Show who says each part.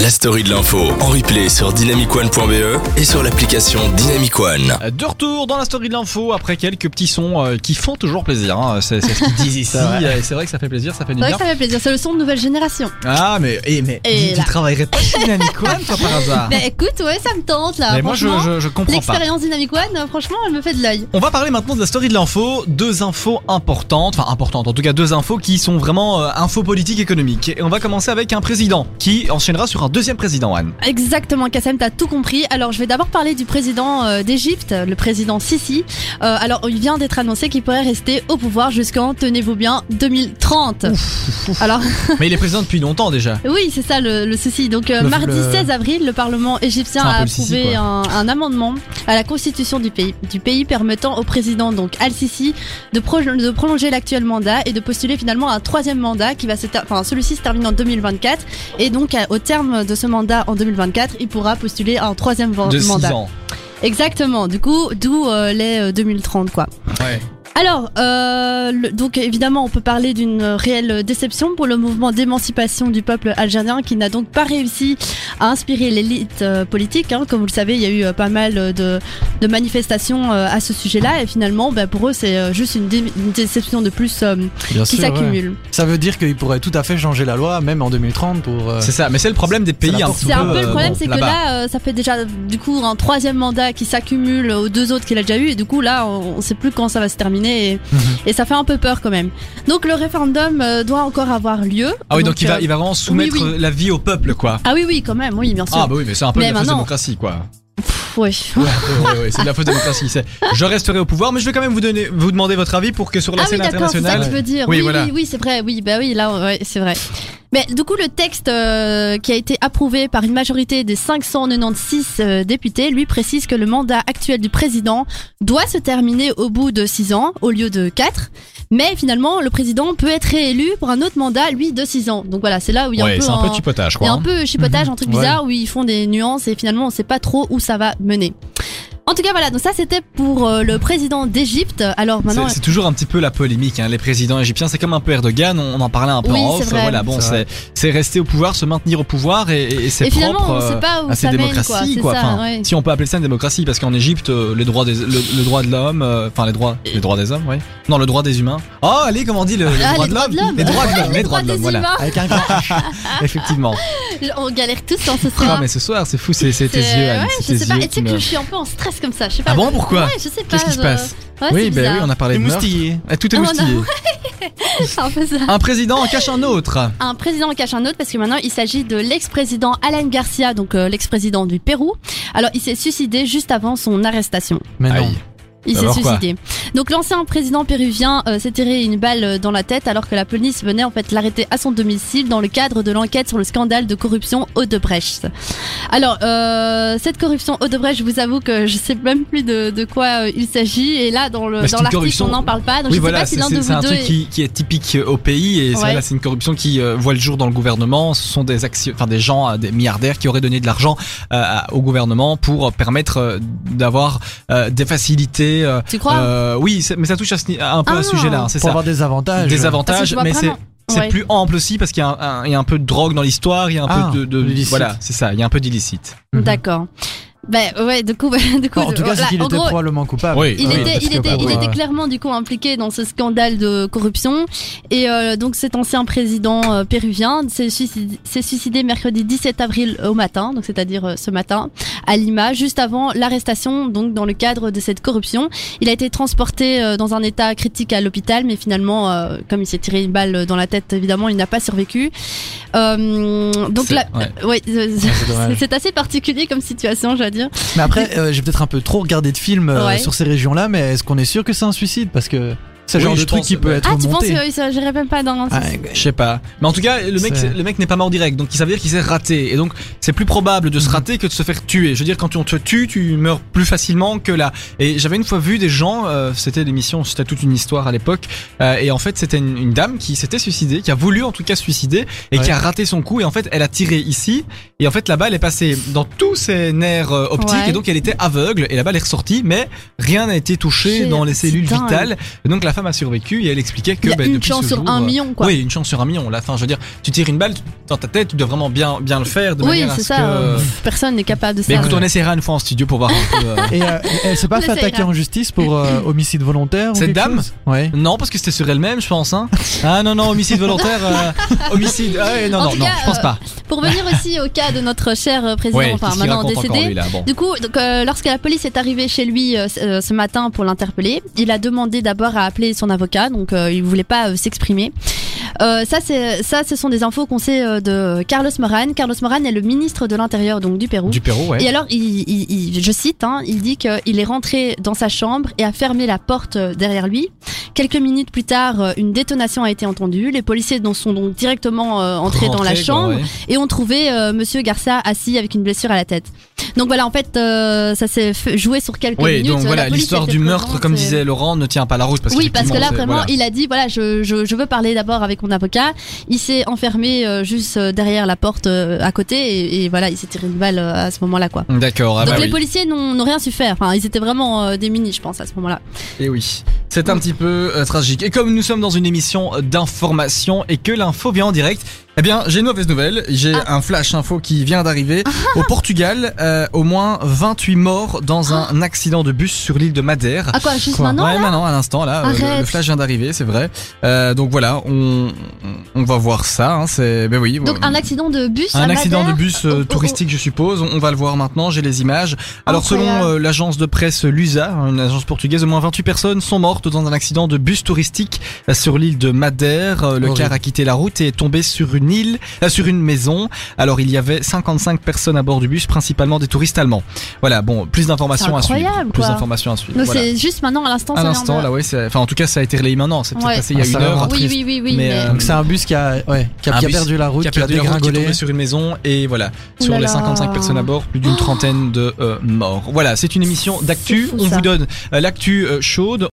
Speaker 1: la story de l'info en replay sur dynamicone.be E et sur l'application Dynamicone.
Speaker 2: Euh, De retour dans la story de l'info après quelques petits sons euh, qui font toujours plaisir. hein. C'est c'est ce qu'ils disent ici. euh, et C'est vrai que ça fait plaisir, ça fait du
Speaker 3: C'est vrai
Speaker 2: bien.
Speaker 3: que ça fait plaisir, c'est le son de nouvelle génération.
Speaker 2: Ah mais, eh, mais
Speaker 3: Et
Speaker 2: tu, tu
Speaker 3: là.
Speaker 2: travaillerais pas chez Dynamic One toi par hasard
Speaker 3: Bah écoute, ouais, ça me tente là.
Speaker 2: Mais moi je,
Speaker 3: franchement.
Speaker 2: je, je comprends pas.
Speaker 3: L'expérience Dynamic One, euh, franchement, elle me fait de l'œil.
Speaker 2: On va parler maintenant de la story de l'info, deux infos importantes, enfin importantes, en tout cas deux infos qui sont vraiment euh, infos politiques économiques. Et on va commencer avec un président qui enchaînera sur un deuxième président, Anne.
Speaker 3: Exactement, Kassem, t'as tout compris. Alors, je vais d'abord parler du président euh, d'Égypte, le président Sisi. Euh, alors, il vient d'être annoncé qu'il pourrait rester au pouvoir jusqu'en, tenez-vous bien, 2030. Alors,
Speaker 2: Mais il est président depuis longtemps déjà.
Speaker 3: oui, c'est ça le, le souci. Donc, euh,
Speaker 2: Le-
Speaker 3: mardi
Speaker 2: le-
Speaker 3: 16 avril, le Parlement égyptien
Speaker 2: C'est un
Speaker 3: a
Speaker 2: peu le Sisi,
Speaker 3: approuvé
Speaker 2: quoi.
Speaker 3: un, un amendement à la constitution du pays, du pays permettant au président, donc Al-Sisi, de, pro- de prolonger l'actuel mandat et de postuler finalement un troisième mandat qui va se, ter- enfin, celui-ci se termine en 2024. Et donc, à- au terme de ce mandat en 2024, il pourra postuler un troisième van-
Speaker 2: De 6
Speaker 3: Oh, mandat.
Speaker 2: ans.
Speaker 3: Exactement. Du coup, d'où euh, les euh, 2030, quoi.
Speaker 2: Ouais.
Speaker 3: Alors, euh, le- donc évidemment, on peut parler d'une réelle déception pour le mouvement d'émancipation du peuple algérien qui n'a donc pas réussi à inspirer l'élite euh, politique. hein. Comme vous le savez, il y a eu euh, pas mal euh, de, de manifestations euh, à ce sujet-là et finalement, bah, pour eux, c'est euh, juste une, dé- une déception de plus euh,
Speaker 4: Bien
Speaker 3: qui
Speaker 4: sûr, ouais.
Speaker 3: s'accumule.
Speaker 4: Ça veut dire qu'il pourrait tout à fait changer la loi, même en 2030, pour. euh,
Speaker 2: C'est ça, mais c'est le problème des pays
Speaker 4: la
Speaker 2: un
Speaker 4: porte.
Speaker 2: petit
Speaker 3: C'est un peu
Speaker 2: euh,
Speaker 3: le problème,
Speaker 2: bon,
Speaker 3: c'est que
Speaker 2: là-bas.
Speaker 3: là, euh, ça fait déjà du coup un troisième mandat qui s'accumule aux deux autres qu'il a déjà eu, et du coup là, on ne sait plus quand ça va se terminer, et,
Speaker 2: Mhm.
Speaker 3: et ça fait un peu peur quand même. Donc le référendum euh, doit encore avoir lieu.
Speaker 2: Ah oui, donc, il,
Speaker 3: euh,
Speaker 2: va, il va vraiment soumettre
Speaker 3: oui.
Speaker 2: euh, la vie au peuple, quoi.
Speaker 3: Ah oui, oui, quand même, oui, bien sûr.
Speaker 2: Ah bah oui, mais c'est un peu
Speaker 3: Mais
Speaker 2: de la fausse
Speaker 3: maintenant-
Speaker 2: démocratie, quoi.
Speaker 3: Pff, ouais.
Speaker 2: Ouais, ouais, ouais, c'est de la fausse démocratie. c'est- Je resterai au pouvoir, mais je vais quand même vous, donner, vous demander votre avis pour que sur la
Speaker 3: Ah oui,
Speaker 2: scène
Speaker 3: d'accord, c'est ça
Speaker 2: internationale.
Speaker 3: que je veux dire.
Speaker 2: Oui,
Speaker 3: Oui, oui,
Speaker 2: voilà.
Speaker 3: oui, c'est vrai. Oui, bah oui, là, ouais, c'est vrai. Mais du coup, le texte euh, qui a été approuvé par une majorité des 596 euh, députés, lui précise que le mandat actuel du président doit se terminer au bout de 6 ans au lieu de 4. Mais finalement, le président peut être réélu pour un autre mandat, lui, de 6 ans. Donc voilà, c'est là où il y a un peu un-
Speaker 2: chipotage, hein.
Speaker 3: Il y a un peu chipotage, un truc
Speaker 4: Ouais.
Speaker 3: bizarre où ils font des nuances et finalement on sait pas trop où ça va mener. En tout cas voilà, donc ça c'était pour euh, le président d'Égypte. Alors maintenant,
Speaker 2: C'est c'est toujours un petit peu la polémique, hein. les présidents égyptiens, c'est comme un peu Erdogan, on, on en parlait un peu
Speaker 3: Oui,
Speaker 2: en
Speaker 3: c'est
Speaker 2: off,
Speaker 3: vrai.
Speaker 2: voilà, bon,
Speaker 4: C'est
Speaker 2: c'est
Speaker 4: vrai.
Speaker 2: c'est rester au pouvoir, se maintenir au pouvoir et, et- et c'est
Speaker 3: et finalement
Speaker 2: propre
Speaker 3: on
Speaker 2: euh,
Speaker 3: sait pas où
Speaker 2: à ces
Speaker 3: ça mène quoi.
Speaker 2: démocraties,
Speaker 3: C'est
Speaker 2: quoi.
Speaker 3: ça,
Speaker 2: Enfin,
Speaker 3: ouais.
Speaker 2: si on peut appeler ça une démocratie, parce qu'en Égypte, euh, les droits des, le, le droit de l'homme, euh, enfin les droits, les droits des hommes, oui, non, le droit des humains. Oh, allez, comment on dit le, les
Speaker 3: Ah,
Speaker 2: droits
Speaker 3: les droits
Speaker 2: de
Speaker 3: de
Speaker 2: l'homme,
Speaker 3: l'homme.
Speaker 2: les droits de l'homme,
Speaker 3: Les
Speaker 2: les droits de
Speaker 3: droits
Speaker 2: l'homme,
Speaker 3: des
Speaker 2: voilà,
Speaker 3: humains.
Speaker 2: avec un grand H. effectivement.
Speaker 3: On galère tous dans ce
Speaker 2: Ah,
Speaker 3: soir.
Speaker 2: mais ce soir, c'est fou, c'est c'est tes
Speaker 3: C'est- euh,
Speaker 2: yeux, Anne,
Speaker 3: ouais,
Speaker 2: c'est
Speaker 3: je
Speaker 2: tes
Speaker 3: sais pas.
Speaker 2: yeux
Speaker 3: Et tu
Speaker 2: qui
Speaker 3: sais que
Speaker 2: me.
Speaker 3: je suis un peu en stress comme ça. Je sais pas.
Speaker 2: Ah bon,
Speaker 3: je-
Speaker 2: pourquoi
Speaker 3: Ouais, je sais pas.
Speaker 2: Qu'est-ce qui
Speaker 3: je-
Speaker 2: se passe
Speaker 3: Ouais, c'est
Speaker 2: Oui, ben oui,
Speaker 3: bizarre.
Speaker 2: on a parlé de meurtre. Ah, Tout est
Speaker 3: Ah, on a-
Speaker 2: moustillé.
Speaker 3: C'est un peu ça.
Speaker 2: Un président en cache un autre.
Speaker 3: Un président en cache un autre parce que maintenant il s'agit de l'ex-président Alan Garcia, donc euh, l'ex-président du Pérou. Alors il s'est suicidé juste avant son arrestation.
Speaker 4: Mais non.
Speaker 2: Aïe.
Speaker 3: Il s'est
Speaker 2: Alors quoi
Speaker 3: suicidé. Donc l'ancien président péruvien euh, s'est tiré une balle euh, dans la tête alors que la police venait en fait l'arrêter à son domicile dans le cadre de l'enquête sur le scandale de corruption Odebrecht. Alors euh, cette corruption Odebrecht, je vous avoue que je sais même plus de, de quoi euh, il s'agit et là
Speaker 2: Bah,
Speaker 3: dans le
Speaker 2: c'est
Speaker 3: dans
Speaker 2: une
Speaker 3: l'article
Speaker 2: corruption-
Speaker 3: on n'en parle pas donc
Speaker 2: oui,
Speaker 3: je
Speaker 2: voilà,
Speaker 3: sais
Speaker 2: c'est
Speaker 3: pas si l'un
Speaker 2: c'est-
Speaker 3: de
Speaker 2: c'est
Speaker 3: vous
Speaker 2: un
Speaker 3: deux
Speaker 2: truc
Speaker 3: est...
Speaker 2: qui, qui est typique euh, au pays et c'est
Speaker 3: Ouais.
Speaker 2: là c'est une corruption qui euh, voit le jour dans le gouvernement. Ce sont des actions, enfin des gens, euh, des milliardaires qui auraient donné de l'argent euh, à- au gouvernement pour permettre euh, d'avoir euh, des facilités. euh,
Speaker 3: tu crois
Speaker 2: euh, oui, c'est- mais ça touche à ce ni- à un peu à ce
Speaker 3: Ah.
Speaker 2: sujet-là, hein, c'est
Speaker 4: Pour
Speaker 2: ça.
Speaker 4: avoir des avantages.
Speaker 2: Des
Speaker 3: Parce que
Speaker 2: avantages,
Speaker 3: je vois
Speaker 2: mais c'est
Speaker 3: vraiment-
Speaker 2: c'est
Speaker 3: Ouais.
Speaker 2: plus ample aussi parce qu'il y, a un- un- il y a un peu de drogue dans l'histoire, il y a un
Speaker 4: Ah,
Speaker 2: peu de, de-
Speaker 4: d'illicite.
Speaker 2: voilà, c'est ça, il y a un peu d'illicite.
Speaker 4: Mhm.
Speaker 3: D'accord. Ben ouais, du coup, du coup,
Speaker 4: Bon, en tout cas,
Speaker 3: voilà,
Speaker 4: c'est qu'il
Speaker 3: en
Speaker 4: était
Speaker 3: gros,
Speaker 4: probablement coupable.
Speaker 2: Oui,
Speaker 3: Il,
Speaker 2: oui,
Speaker 3: était,
Speaker 4: parce
Speaker 3: il,
Speaker 4: que
Speaker 3: était, il
Speaker 4: pour,
Speaker 3: était
Speaker 4: euh,
Speaker 3: clairement du coup impliqué dans ce scandale de corruption et euh, donc cet ancien président euh, péruvien s'est suicidé, s'est suicidé mercredi 17 avril au matin, donc c'est-à-dire euh, ce matin à Lima, juste avant l'arrestation donc dans le cadre de cette corruption. Il a été transporté euh, dans un état critique à l'hôpital, mais finalement, euh, comme il s'est tiré une balle dans la tête, évidemment, il n'a pas survécu. Euh, donc
Speaker 2: C'est-
Speaker 3: là,
Speaker 2: ouais.
Speaker 3: ouais, euh,
Speaker 4: c'est dommage.
Speaker 3: c'est assez particulier comme situation, je dois dire.
Speaker 4: Mais après, euh, j'ai peut-être un peu trop regardé de films euh,
Speaker 3: Ouais.
Speaker 4: sur ces régions-là, mais est-ce qu'on est sûr que c'est un suicide Parce que c'est le
Speaker 2: Oui,
Speaker 4: genre
Speaker 2: je
Speaker 4: de truc
Speaker 2: pense,
Speaker 4: qui peut
Speaker 2: ouais.
Speaker 4: être
Speaker 3: Ah, tu penses
Speaker 4: monté.
Speaker 3: que ça j'irais même pas dans
Speaker 4: Ah,
Speaker 2: Je sais pas. Mais en tout cas, le mec,
Speaker 4: C'est-
Speaker 2: le mec n'est pas mort direct, donc ça veut dire qu'il s'est raté. Et donc, c'est plus probable de se
Speaker 4: Mhm.
Speaker 2: rater que de se faire tuer. Je veux dire, quand on te tue, tu meurs plus facilement que là. Et j'avais une fois vu des gens, euh, c'était l'émission, c'était toute une histoire à l'époque, euh, et en fait, c'était une, une dame qui s'était suicidée, qui a voulu en tout cas se suicider, et
Speaker 4: Ouais.
Speaker 2: qui a raté son coup, et en fait, elle a tiré ici, et en fait, la balle est passée dans tous ses nerfs euh, optiques,
Speaker 3: Ouais.
Speaker 2: et donc elle était aveugle, et la balle est ressortie, mais rien n'a été touché
Speaker 3: Shit,
Speaker 2: dans les cellules
Speaker 3: c'est dingue.
Speaker 2: vitales. Et donc, la femme femme a survécu et elle expliquait que
Speaker 3: Il y a
Speaker 2: ben,
Speaker 3: une
Speaker 2: depuis
Speaker 3: chance
Speaker 2: ce
Speaker 3: sur
Speaker 2: jour,
Speaker 3: un
Speaker 2: euh,
Speaker 3: million, quoi.
Speaker 2: Oui, une chance sur un million. Là, enfin, je veux dire, tu tires une balle tu- dans ta tête, tu dois vraiment bien, bien le faire de
Speaker 3: oui,
Speaker 2: manière à
Speaker 3: c'est
Speaker 2: ce
Speaker 3: ça.
Speaker 2: que.
Speaker 3: euh, Personne n'est capable de
Speaker 2: Mais
Speaker 3: ça.
Speaker 2: écoute, on essaiera une fois en studio pour voir un peu. euh,
Speaker 4: Et euh, elle s'est pas
Speaker 3: On
Speaker 4: fait attaquer
Speaker 3: essayera.
Speaker 4: en justice pour euh, homicide volontaire ou
Speaker 2: Cette
Speaker 4: quelque
Speaker 2: dame
Speaker 4: chose Ouais.
Speaker 2: Non, parce que c'était sur elle-même, je pense. Hein. Ah non, non, homicide volontaire. euh, homicide. Ah, ouais, non,
Speaker 3: En
Speaker 2: non,
Speaker 3: tout
Speaker 2: non,
Speaker 3: cas,
Speaker 2: je pense
Speaker 3: euh,
Speaker 2: pas.
Speaker 3: Pour venir aussi au cas de notre cher euh, président,
Speaker 2: Ouais,
Speaker 3: enfin
Speaker 2: qu'est-ce qu'il
Speaker 3: maintenant
Speaker 2: raconte encore,
Speaker 3: décédé.
Speaker 2: lui, là Bon.
Speaker 3: Du coup, donc, euh, lorsque la police est arrivée chez lui euh, ce euh, ce matin pour l'interpeller, il a demandé d'abord à appeler son avocat, donc euh, il voulait pas euh, s'exprimer. Euh, ça, c'est ça, ce sont des infos qu'on sait euh, de Carlos Moran. Carlos Moran est le ministre de l'Intérieur, donc du Pérou.
Speaker 2: Du Pérou, ouais.
Speaker 3: Et alors, il, il- il- je cite, hein, il dit qu'il est rentré dans sa chambre et a fermé la porte euh, derrière lui. Quelques minutes plus tard, euh, une détonation a été entendue. Les policiers dont- sont donc directement euh, entrés dans la
Speaker 2: Rentré, quoi,
Speaker 3: chambre
Speaker 2: ouais.
Speaker 3: et ont trouvé euh, Monsieur Garça assis avec une blessure à la tête. Donc voilà, en fait, euh, ça s'est fait- joué sur quelques
Speaker 2: Oui,
Speaker 3: minutes. euh,
Speaker 2: donc
Speaker 3: La
Speaker 2: voilà,
Speaker 3: police
Speaker 2: l'histoire
Speaker 3: était
Speaker 2: du meurtre,
Speaker 3: présente
Speaker 2: comme
Speaker 3: et-
Speaker 2: disait Laurent, ne tient pas la route. Parce
Speaker 3: oui, parce que là,
Speaker 2: qu'effectivement, c'est-
Speaker 3: vraiment,
Speaker 2: voilà.
Speaker 3: il a dit voilà, je, je, je veux parler d'abord avec mon avocat. Il s'est enfermé euh, juste euh, derrière la porte euh, à côté et, et voilà, il s'est tiré une balle euh, à ce moment-là, quoi.
Speaker 2: D'accord, ah
Speaker 3: Donc
Speaker 2: bah
Speaker 3: les
Speaker 2: oui.
Speaker 3: policiers n'ont n'ont rien su faire. Enfin, ils étaient vraiment euh, démunis, je pense, à ce moment-là.
Speaker 2: Et Eh oui, c'est un petit peu euh, tragique. Et comme nous sommes dans une émission d'information et que l'info vient en direct, eh bien, j'ai une mauvaise nouvelle. J'ai
Speaker 3: Ah.
Speaker 2: un flash info qui vient d'arriver. Au Portugal, euh, au moins 28 morts dans un accident de bus sur l'île de Madère.
Speaker 3: Ah quoi, juste
Speaker 2: Quoi
Speaker 3: maintenant
Speaker 2: Ouais,
Speaker 3: là
Speaker 2: maintenant, à l'instant, là, euh, le,
Speaker 3: Arrête.
Speaker 2: le flash vient d'arriver, c'est vrai. Euh, donc voilà, on, on va voir ça. hein, c'est, ben oui.
Speaker 3: Donc
Speaker 2: euh,
Speaker 3: un accident de bus à
Speaker 2: un accident de
Speaker 3: Madère
Speaker 2: bus
Speaker 3: Oh,
Speaker 2: euh,
Speaker 3: oh, oh.
Speaker 2: touristique, je suppose. On, on va le voir maintenant, j'ai les images. Alors,
Speaker 3: Incroyable.
Speaker 2: selon euh, l'agence de presse Lusa, une agence portugaise, au moins 28 personnes sont mortes dans un accident de bus touristique euh, sur l'île de Madère. Euh, Le
Speaker 4: Horrible.
Speaker 2: car a quitté la route et est tombé sur une île, euh, sur une maison. Alors, il y avait 55 personnes à bord du bus, principalement des touristes allemands. Voilà, bon, plus d'informations
Speaker 3: C'est
Speaker 2: à suivre.
Speaker 3: incroyable,
Speaker 2: Plus
Speaker 3: quoi.
Speaker 2: d'informations à suivre.
Speaker 3: Donc
Speaker 2: voilà.
Speaker 3: c'est juste maintenant à l'instant.
Speaker 2: À
Speaker 3: ça vient
Speaker 2: l'instant,
Speaker 3: de-
Speaker 2: là, ouais, c'est- enfin, en tout cas, ça a été relayé maintenant. C'est peut-être
Speaker 3: Ouais.
Speaker 2: passé il y a
Speaker 4: Ah, ça
Speaker 2: une
Speaker 4: a l'air
Speaker 2: heure.
Speaker 4: vraiment
Speaker 3: Oui,
Speaker 2: triste.
Speaker 3: oui, oui, oui.
Speaker 2: Mais,
Speaker 3: mais-
Speaker 2: euh,
Speaker 4: Donc c'est un bus qui a, ouais, qui a,
Speaker 2: Un
Speaker 4: qui a
Speaker 2: bus
Speaker 4: perdu la route,
Speaker 2: qui a perdu la route, qui est
Speaker 4: dégringolé.
Speaker 2: tombé sur une maison et voilà
Speaker 3: Ouh
Speaker 2: sur
Speaker 3: là
Speaker 2: les
Speaker 3: là.
Speaker 2: 55 personnes à bord plus d'une trentaine de euh, morts voilà c'est une émission
Speaker 3: C'est
Speaker 2: d'actu
Speaker 3: fou,
Speaker 2: on
Speaker 3: ça.
Speaker 2: vous donne euh, l'actu euh, chaude